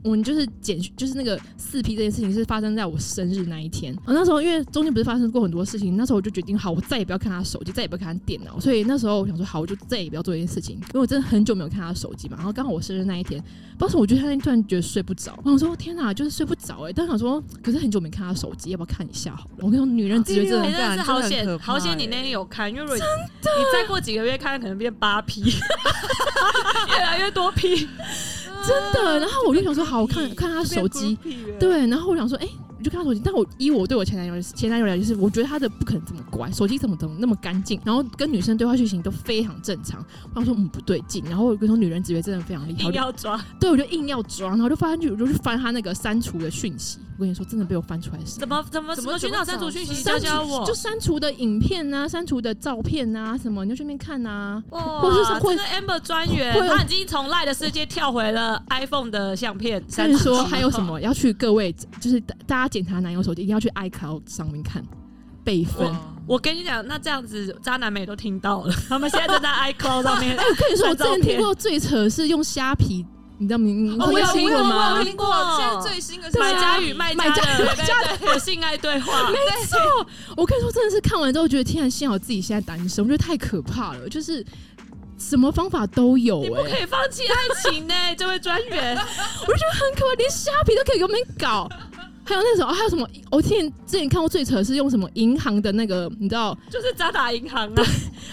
S2: 我们就是简讯就是那个四 P 这件事情是发生在我生日那一天。啊、那时候因为中间不是发生过很多事情，那时候我就决定好，我再也不要看他手机，再也不要看他电脑，所以那时候我想说好，我就再也不要做这件事情，因为我真的很久没有看他手机嘛。然后刚好我生日那一天，当时我就突然突然觉得睡不着，我想说天哪，就是睡不着哎、但想说，可是很久没看他手机，要不要看一下好了？我跟你说，女人直觉真
S1: 你
S2: 的
S3: 哎，
S1: 真的是好险，好险！你那
S2: 欸
S1: 天有看，因为如果你你再过几个月看，可能变八 P，越来越多 P。
S2: 真
S1: 啊
S2: 的。然后我就想说，好，我看看他 手机，对。然后我想说，哎、我就看他手机，但我依我对我前男友前男友了解，就是我觉得他的不可能这么乖，手机怎么怎么那么干净，然后跟女生对话剧情都非常正常。我想说，嗯，不对劲。然后我跟你说，女人直觉真的非常厉害，
S1: 硬
S2: 我就
S1: 要抓，
S2: 对我就硬要装，然后我就翻去，我就去翻他那个删除的讯息。我跟你说，真的被我翻出来是
S1: 怎么怎么
S3: 怎
S1: 怎
S3: 么
S1: 么寻找删除讯息？
S2: 删
S1: 教
S2: 除
S1: 教我
S2: 就。删除的影片呐、删除的照片呐、什么，你就顺便看啊呐、
S1: 哇，
S2: 或是说会
S1: 这个 Amber 专员，
S2: 会有
S1: 他已经从赖的世界跳回了 iPhone 的相 片。
S2: 所
S1: 删
S2: 以
S1: 除
S2: 说还有什？
S1: 嗯
S2: 么要去各位，就是大大家检查男友手机，一定要去 iCloud 上面看备份。
S3: 哇
S2: 我
S1: 我跟你讲，那这样子渣男们也都听到了，他们现在正在 iCloud 上面。
S2: 跟你说，我
S1: 看
S2: 之前
S1: 照片
S2: 听过最扯的是用虾皮，你知道你你
S1: 哦
S2: 你
S1: 我有
S2: 听
S1: 我
S2: 过
S1: 有
S2: 吗？
S1: 我有
S3: 听过，现在最新的是
S2: 对啊
S1: 买家与卖家的
S2: 卖家
S1: 对对对性爱对 话，
S2: 我跟你说，真的是看完之后觉得，天啊，幸好自己现在单身，我觉得太可怕了，就是什么方法都有、
S1: 你
S2: 欸，
S1: 不可以放弃爱情呢、这位专员。
S2: 很可爱，连虾皮都可以给我们搞。还有那种，还有什么？我之前之前看过最扯的是用什么银行的那个，你知道，
S1: 就是渣打银行啊！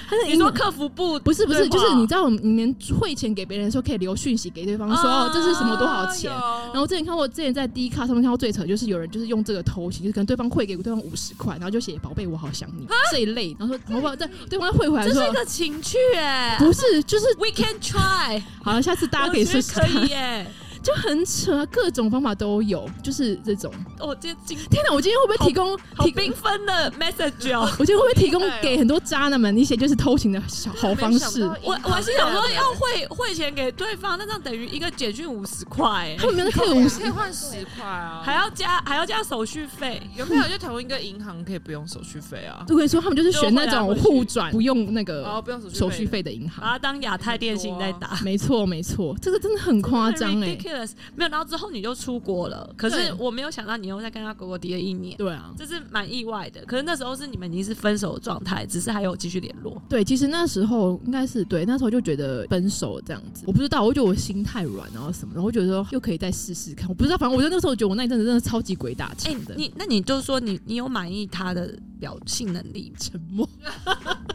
S2: 它是
S1: 你
S2: 银
S1: 说
S2: 行
S1: 客服部
S2: 不是不是，
S1: 对
S2: 就
S1: 话
S2: 是你知道，我们你们汇钱给别人的时候可以留讯息给对方说，
S1: 啊
S2: 哦，这是什么多少钱。
S3: 然
S2: 然后我之前看过，之前在 D 卡上面看过最扯，就是有人就是用这个偷情，就是可能对方汇给对方五十块，然后就写“宝贝，我好想
S1: 啊
S2: 你”这一类，然后说“宝宝”，对对方汇回来
S1: 这是
S2: 说
S1: 一个情趣哎、
S2: 不是，就是
S1: We can try，
S2: 好了，下次大家可
S1: 我
S2: 以
S1: 觉
S2: 试
S1: 得
S2: 试
S1: 可
S2: 看
S1: 以，耶、
S2: 就很扯啊，各种方法都有，就是这种。
S1: 我今天今
S2: 天哪，我今天会不会提供
S1: 好
S2: 提供
S1: 缤纷的 message 哦、
S2: 我觉得会不会提供
S3: 厉害哦
S2: 给很多渣男们一些就是偷情的小好方式？
S1: 我我还是想说要汇汇钱给对方，那这样等于一个简讯五十块哎
S2: 他，们没有在 K 五十
S3: 可以换十块啊，
S1: 还要加还要加手续费，
S3: 有没有就同一个银行可以不用手续费啊？
S2: 我跟你说，他们就是选那
S1: 就
S2: 种
S1: 会来
S2: 互
S1: 回
S2: 转不用那个
S3: 哦，不用手续
S2: 手续费的银
S1: 把
S2: 行。
S1: 它当亚太电信在打。欸
S2: 没错，没错，这个真的很夸张哎。
S1: ，ridiculous！没有，然后之后你就出国了，可
S2: 对
S1: 是我没有想到你又在跟他狗狗叠一年。
S2: 对啊，
S1: 这是蛮意外的。可是那时候是你们已经是分手的状态，只是还有继续联络。
S2: 对，其实那时候应该是对，那时候就觉得分手这样子，我不知道，我觉得我心太软，然后什么的，我觉得说又可以再试试看，我不知道，反正我觉得那时候觉得我那一阵子真的超级鬼打
S1: 哎、
S2: 墙的，
S1: 你那你就说你你有满意他的表性能力
S2: 沉默。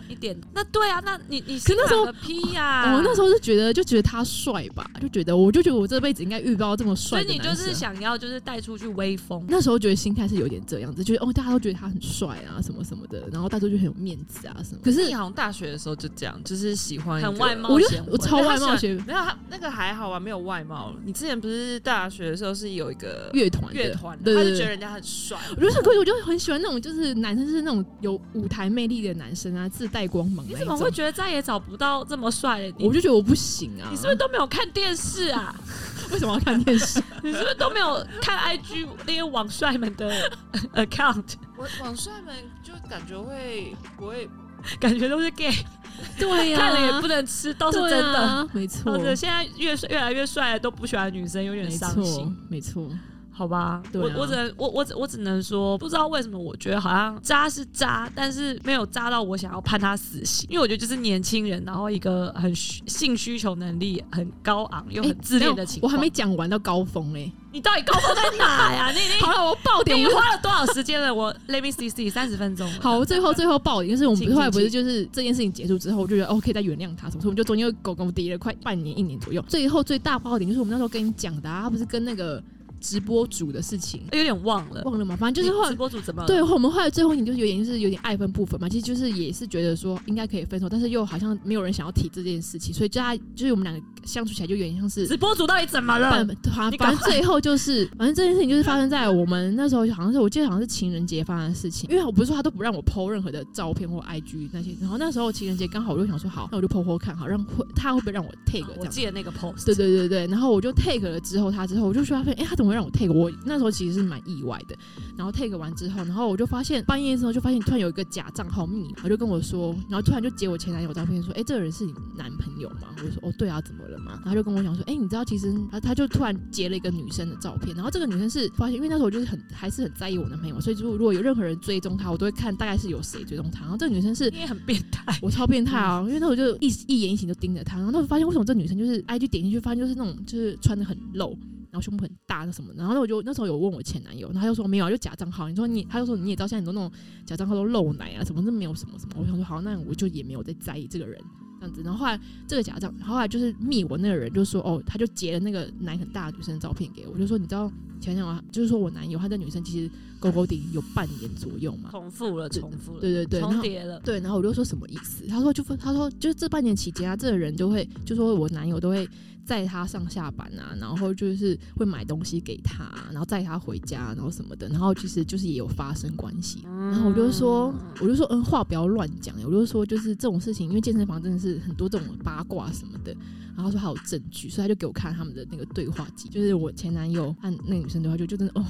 S1: 一点？ 那对啊，那你你
S2: 可那时候哦
S1: 个屁呀、
S2: 我那时候就觉得，就觉得他帅吧，就觉得我就觉得我这辈子应该遇不到这么
S1: 所
S2: 帅
S1: 以
S2: 的
S1: 你
S2: 男
S1: 就
S2: 生。啊
S1: 是想要就是带出去威风。
S2: 那时候觉得心态是有点这样子，觉得哦，大家都觉得他很帅啊，什么什么的，然后大家就很有面子啊，什么。可
S3: 可
S2: 是
S3: 是你好像大学的时候就这样，就是喜欢一个
S1: 很外貌
S2: 我就
S1: 险
S2: 我超外貌学
S3: 没有，他那个还好啊，没有外貌。你之前不是大学的时候是有一个
S2: 乐团的
S3: 乐团的，
S2: 对
S3: 他
S2: 对
S3: 就觉得
S2: 对。
S3: 人家很帅。
S2: 我就是，可是我就很喜欢那种，就是男生是那种有舞台魅力的男生啊，自带光芒
S1: 你
S2: 那一
S1: 怎
S2: 种
S1: 么。会觉得再也找不到这么帅的你？
S2: 我就觉得我不行啊！
S1: 你是不是都没有看电视啊？
S2: 为什么要看电视？
S1: 你是不是都没有看 IG 那些网帅们的 account？
S3: 我网帅们就感觉会不会
S1: 感觉都是 gay，、
S2: 对 呀、
S1: 看了也不能吃，倒是
S2: 对
S1: 真的。
S2: 啊，没错
S1: 倒，是现在越帅越来越帅的都不喜欢女生，有点
S2: 没
S1: 伤心
S2: 错。，没错。
S1: 好吧，
S2: 对啊
S1: 我我只能我我只我只能说，不知道为什么，我觉得好像渣是渣，但是没有渣到我想要判他死刑，因为我觉得就是年轻人，然后一个很需性需求能力很高昂又很自恋的情
S2: 我
S1: 况、
S2: 还没，讲完到高峰嘞、
S1: 你到底高峰在哪呀、你你
S2: 好了，我爆点，
S1: 你
S2: 我
S1: 花了多少时间了？我 Let me see see 三十分钟了，
S2: 好，最后最后爆点就是我们
S1: 请请
S2: 后来不是就是这件事情结束之后，我就觉得哦可以再原谅他什么，所以我们就中间又狗狗敌了快半年一年左右。最后最大爆点就是我们那时候跟你讲的、啊，他不是跟那个直播主的事情
S1: 有点忘了，
S2: 忘了吗？反正就是
S1: 你
S2: 后
S1: 直
S2: 来。
S1: 播主怎么了
S2: 对，我们后来最后你就是有点就是有点爱分不分嘛，其实就是也是觉得说应该可以分手，但是又好像没有人想要提这件事情，所以就他就是我们两个相处起来就有点像是
S1: 直播主到底怎么了
S2: 半？反
S1: 嗯你赶
S2: 反正最 后就是，反正这件事情就是发生在我们那时候，好像是我记得好像是情人节发生的事情，因为我不是说他都不让我 PO 任何的照片或 IG 那些，然后那时候情人节刚好我就想说好，那我就 PO PO 看好，让会他会不会让我 take 这
S1: 哦我
S2: 样子。
S1: 记得那个 post，
S2: 对对对对，然后我就 take 了之后，他之后我就说他发现，哎、他怎么会让我 take？我那时候其实是蛮意外的。然后 take 完之后，然后我就发现半夜的时候就发现突然有一个假账号密，我就跟我说，然后突然就截我前男友照片说，哎、这个人是你男朋友吗？我就说哦对啊，怎么了嘛？然后他就跟我讲说，哎、你知道其实他他就突然截了一个女生的照片，然后这个女生是发现，因为那时候我就是很还是很在意我男朋友嘛，所以如果如果有任何人追踪他，我都会看大概是有谁追踪他。然后这个女生是
S1: 你也很变态，
S2: 我超变态啊！因为那我就一一言一行就盯着她，然后那我发现为什么这女生就是 IG 点进去，发现就是那种就是穿的很露，然后胸部很大的什么的，然后那我就那时候有问我前男友，然后他就说没有啊，就假账号。你说你，他就说你也知道现在很多那种假账号都露奶啊，什么这没有什么什么。我想说好，那我就也没有再在意这个人这样子。然后后来这个假账，后来就是密我那个人就说哦，他就截了那个奶很大的女生的照片给我，我就说你知道前男友啊就是说我男友他这女生其实勾勾顶有半年左右嘛，
S1: 重复了，重复了，
S2: 对对对，然
S1: 重
S2: 后。
S1: 叠了。
S2: 对，然后我就说什么意思？他说就分他说就是这半年期间啊，这个人都会就说我男友都会载他上下班啊，然后就是会买东西给他，啊然后载他回家，然后什么的，然后其实就是也有发生关系。然后我就说，我就说，嗯，话不要乱讲。我就说，就是这种事情，因为健身房真的是很多这种八卦什么的。然后他说还有证据，所以他就给我看他们的那个对话记，就是我前男友和那个女生对话记，就真的哦，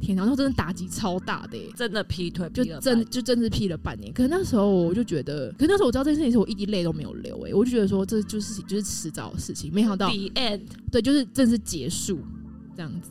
S2: 天哪，然后真的打击超大的耶、欸
S1: 真的劈腿，
S2: 就
S1: 劈了
S2: 真
S1: 半
S2: 就真是批了半年。可是那时候我就觉得，可是那时候我知道这件事情是我一滴泪都没有流、欸，我就觉得说这就是就是迟早的事情，没想到
S1: the end。
S2: 对，就是正式结束这样子。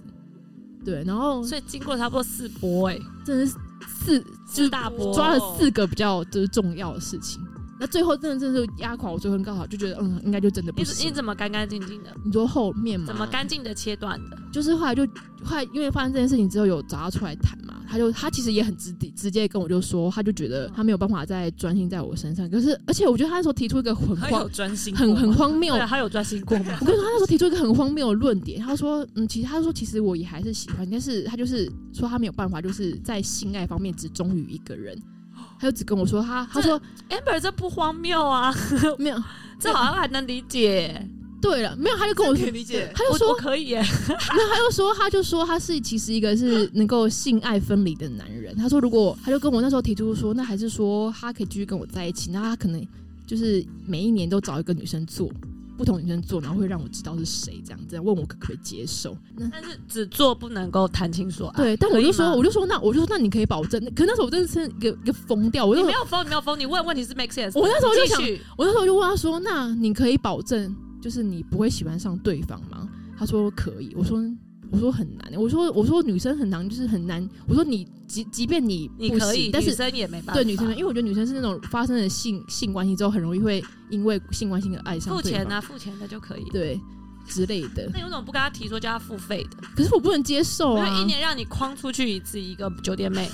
S2: 对，然后
S1: 所以经过差不多四波、哎，
S2: 真的是四就是
S1: 四大波
S2: 抓了四个比较就是重要的事情。那最后真的真的是压垮我最后高考，就觉得嗯，应该就真的不
S1: 你怎你
S2: 行。
S1: 怎么干干净净的？
S2: 你说后面嘛，
S1: 怎么干净的切断的？
S2: 就是后来就后来因为发生这件事情之后，有找他出来谈嘛，他就他其实也很直直直接跟我就说，他就觉得他没有办法再专心在我身上。可是而且我觉得他那时候提出一个很
S3: 很
S2: 荒
S3: 有专心过
S2: 很
S3: 吗，
S2: 很荒谬
S1: 对，，啊他有专心过吗？
S2: 我跟你说，他那时候提出一个很荒谬的论点，他说，嗯，其实他说其实我也还是喜欢，但是他就是说他没有办法，就是在性爱方面只忠于一个人。他就只跟我说他，他说
S1: Amber 这不荒谬啊，
S2: 没有，
S1: 这好像还能理解。
S2: 对了，没有，他就跟我
S3: 可
S2: 说
S3: 以，理解。
S2: 他就
S1: 我
S2: 说
S1: 我可以耶，
S2: 那他就说，他就说他是其实一个是能够性爱分离的男人。他说，如果他就跟我那时候提出说，那还是说他可以继续跟我在一起，那他可能就是每一年都找一个女生做，不同女生做，然后会让我知道是谁，这样这样问我可不可以接受。那
S1: 但是只做不能够谈情说爱。
S2: 对，但我
S1: 可以
S2: 就
S1: 吗
S2: 说，我就说，那我就说，那你可以保证？可那时候我真的是一个一个疯掉，我
S1: 你
S2: 就
S1: 没有疯，你没有疯，你问问题是 make sense 的。
S2: 我那时候就
S1: 继
S2: 想
S1: 续
S2: 我那时候就问他说：“那你可以保证就是你不会喜欢上对方吗？”他说：“可以。”我说：“我说很难。”欸我说：“我说女生很难，就是很难。”我说你：“即即便你
S1: 你
S2: 不
S1: 可
S2: 行，
S1: 以，
S2: 但
S1: 女
S2: 是
S1: 生也没办法。
S2: 对女生，因为我觉得女生是那种发生了性性关系之后，很容易会因为性关系而爱上
S1: 付
S2: 对
S1: 钱
S2: 方，
S1: 啊，付钱的就可以。
S2: 对之类的。
S1: 那有种不跟他提说叫他付费的，
S2: 可是我不能接受
S1: 因为
S2: 啊
S1: 一！年让你框出去一次一个酒店妹。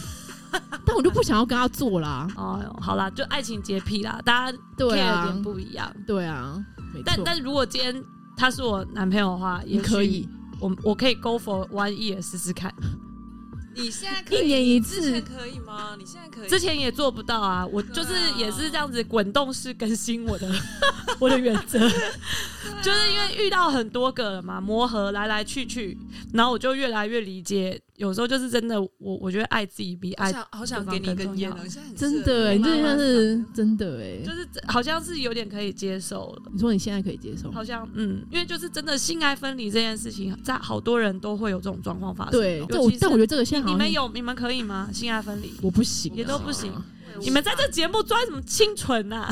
S2: 但我就不想要跟他做啦。
S1: 哦，好啦，就爱情洁癖啦，大家 care
S2: 对
S1: 的
S2: 啊
S1: 点，不一样。
S2: 对啊，没
S1: 但
S2: 错
S1: 但如果今天他是我男朋友的话，
S2: 你
S1: 也
S2: 可
S1: 许
S2: 以，
S1: 我我可以 go for one year 试试看。
S3: 你现在可
S2: 一
S3: 以，
S2: 年一
S3: 之前
S2: 次。
S3: 可以吗？你现在可以？
S1: 之前也做不到啊，我就是
S3: 对啊
S1: 也是这样子滚动式更新 我的我的原则，
S2: 啊
S1: 就是因为遇到很多个了嘛，磨合来来去去，然后我就越来越理解，有时候就是真的，我我觉得爱自己比
S3: 好
S1: 爱
S3: 想好想给你一根烟
S1: 对方更
S3: 啊！
S1: 重要
S3: 你现在很
S2: 真
S3: 适合
S2: 的、欸，你这
S1: 慢慢
S2: 像是真的哎、
S1: 就是好像是有点可以接受了。
S2: 你说你现在可以接受吗？
S1: 好像嗯，因为就是真的性爱分离这件事情，在好多人都会有这种状况发生。
S2: 对，
S1: 尤
S2: 但我
S1: 其是
S2: 但我觉得这个现在好
S1: 你
S2: 像
S1: 们有你们可以吗？性爱分离
S2: 我不行啊、
S1: 也都不行
S3: 我
S1: 你们在这节目抓什么清纯啊？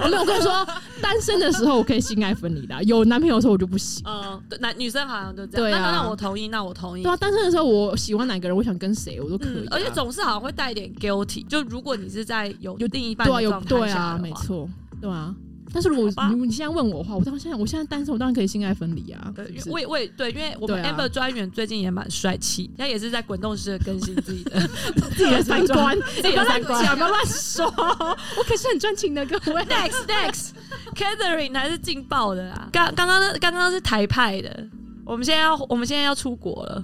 S2: 我没有我跟 你说，单身的时候我可以性爱分离的，啊有男朋友的时候我就不行。
S1: 嗯，对男女生好像都这样。
S2: 对啊
S1: 那那那我同意，那我同意。
S2: 对啊，单身的时候我喜欢哪个人，我想跟谁，我都可以
S1: 嗯，
S2: 啊、
S1: 而且总是好像会带一点 guilty。就如果你是在有有另一半
S2: 对啊，
S1: 的
S2: 有
S1: 状态
S2: 对
S1: 下
S2: 啊，
S1: 的
S2: 没
S1: 话，
S2: 错，对啊。但是如果
S1: 好吧
S2: 你你现在问我的话，我当现在我现在单身，我当然可以性爱分离啊。
S1: 对，因为
S2: 是不是
S1: 我也我也对，因为我们
S2: 对啊
S1: Amber 专员最近也蛮帅气，他也是在滚动式的更新自己 的
S2: 自己的三观，
S1: 自己的三观。
S2: 不要乱说， 我可是很专情的，各位。
S1: Next Next Catherine 还是啊劲爆的啦！刚刚刚刚刚刚是台派的，我们现在要我们现在要出国了，